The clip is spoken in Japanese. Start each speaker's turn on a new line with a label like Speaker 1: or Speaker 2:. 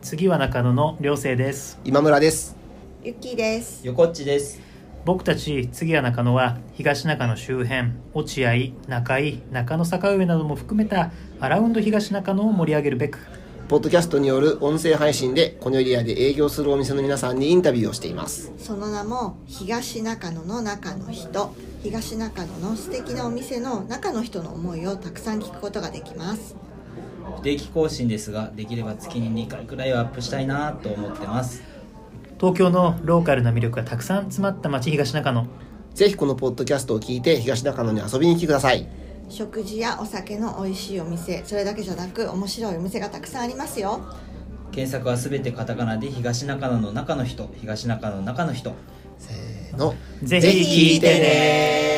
Speaker 1: 次は中野の良生です
Speaker 2: 今村です
Speaker 3: ゆきです。
Speaker 4: 横っちです。
Speaker 1: 僕たち次は中野は東中野周辺落合中井中野坂上なども含めたアラウンド東中野を盛り上げるべく
Speaker 2: ポッドキャストによる音声配信でこのエリアで営業するお店の皆さんにインタビューをしています
Speaker 3: その名も東中野の中の人、東中野の素敵なお店の中の人の思いをたくさん聞くことができます。
Speaker 4: 不定期更新ですが、できれば月に2回くらいはアップしたいなと思ってます。
Speaker 1: 東京のローカルな魅力がたくさん詰まった街東中野
Speaker 2: ぜひこのポッドキャストを聞いて東中野に遊びに来てください
Speaker 3: 食事やお酒の美味しいお店、それだけじゃなく面白いお店がたくさんありますよ。
Speaker 4: 検索はすべてカタカナで東中野の中の人、東中野の中の人。
Speaker 2: せーの
Speaker 1: ぜひ聞いてね
Speaker 2: ね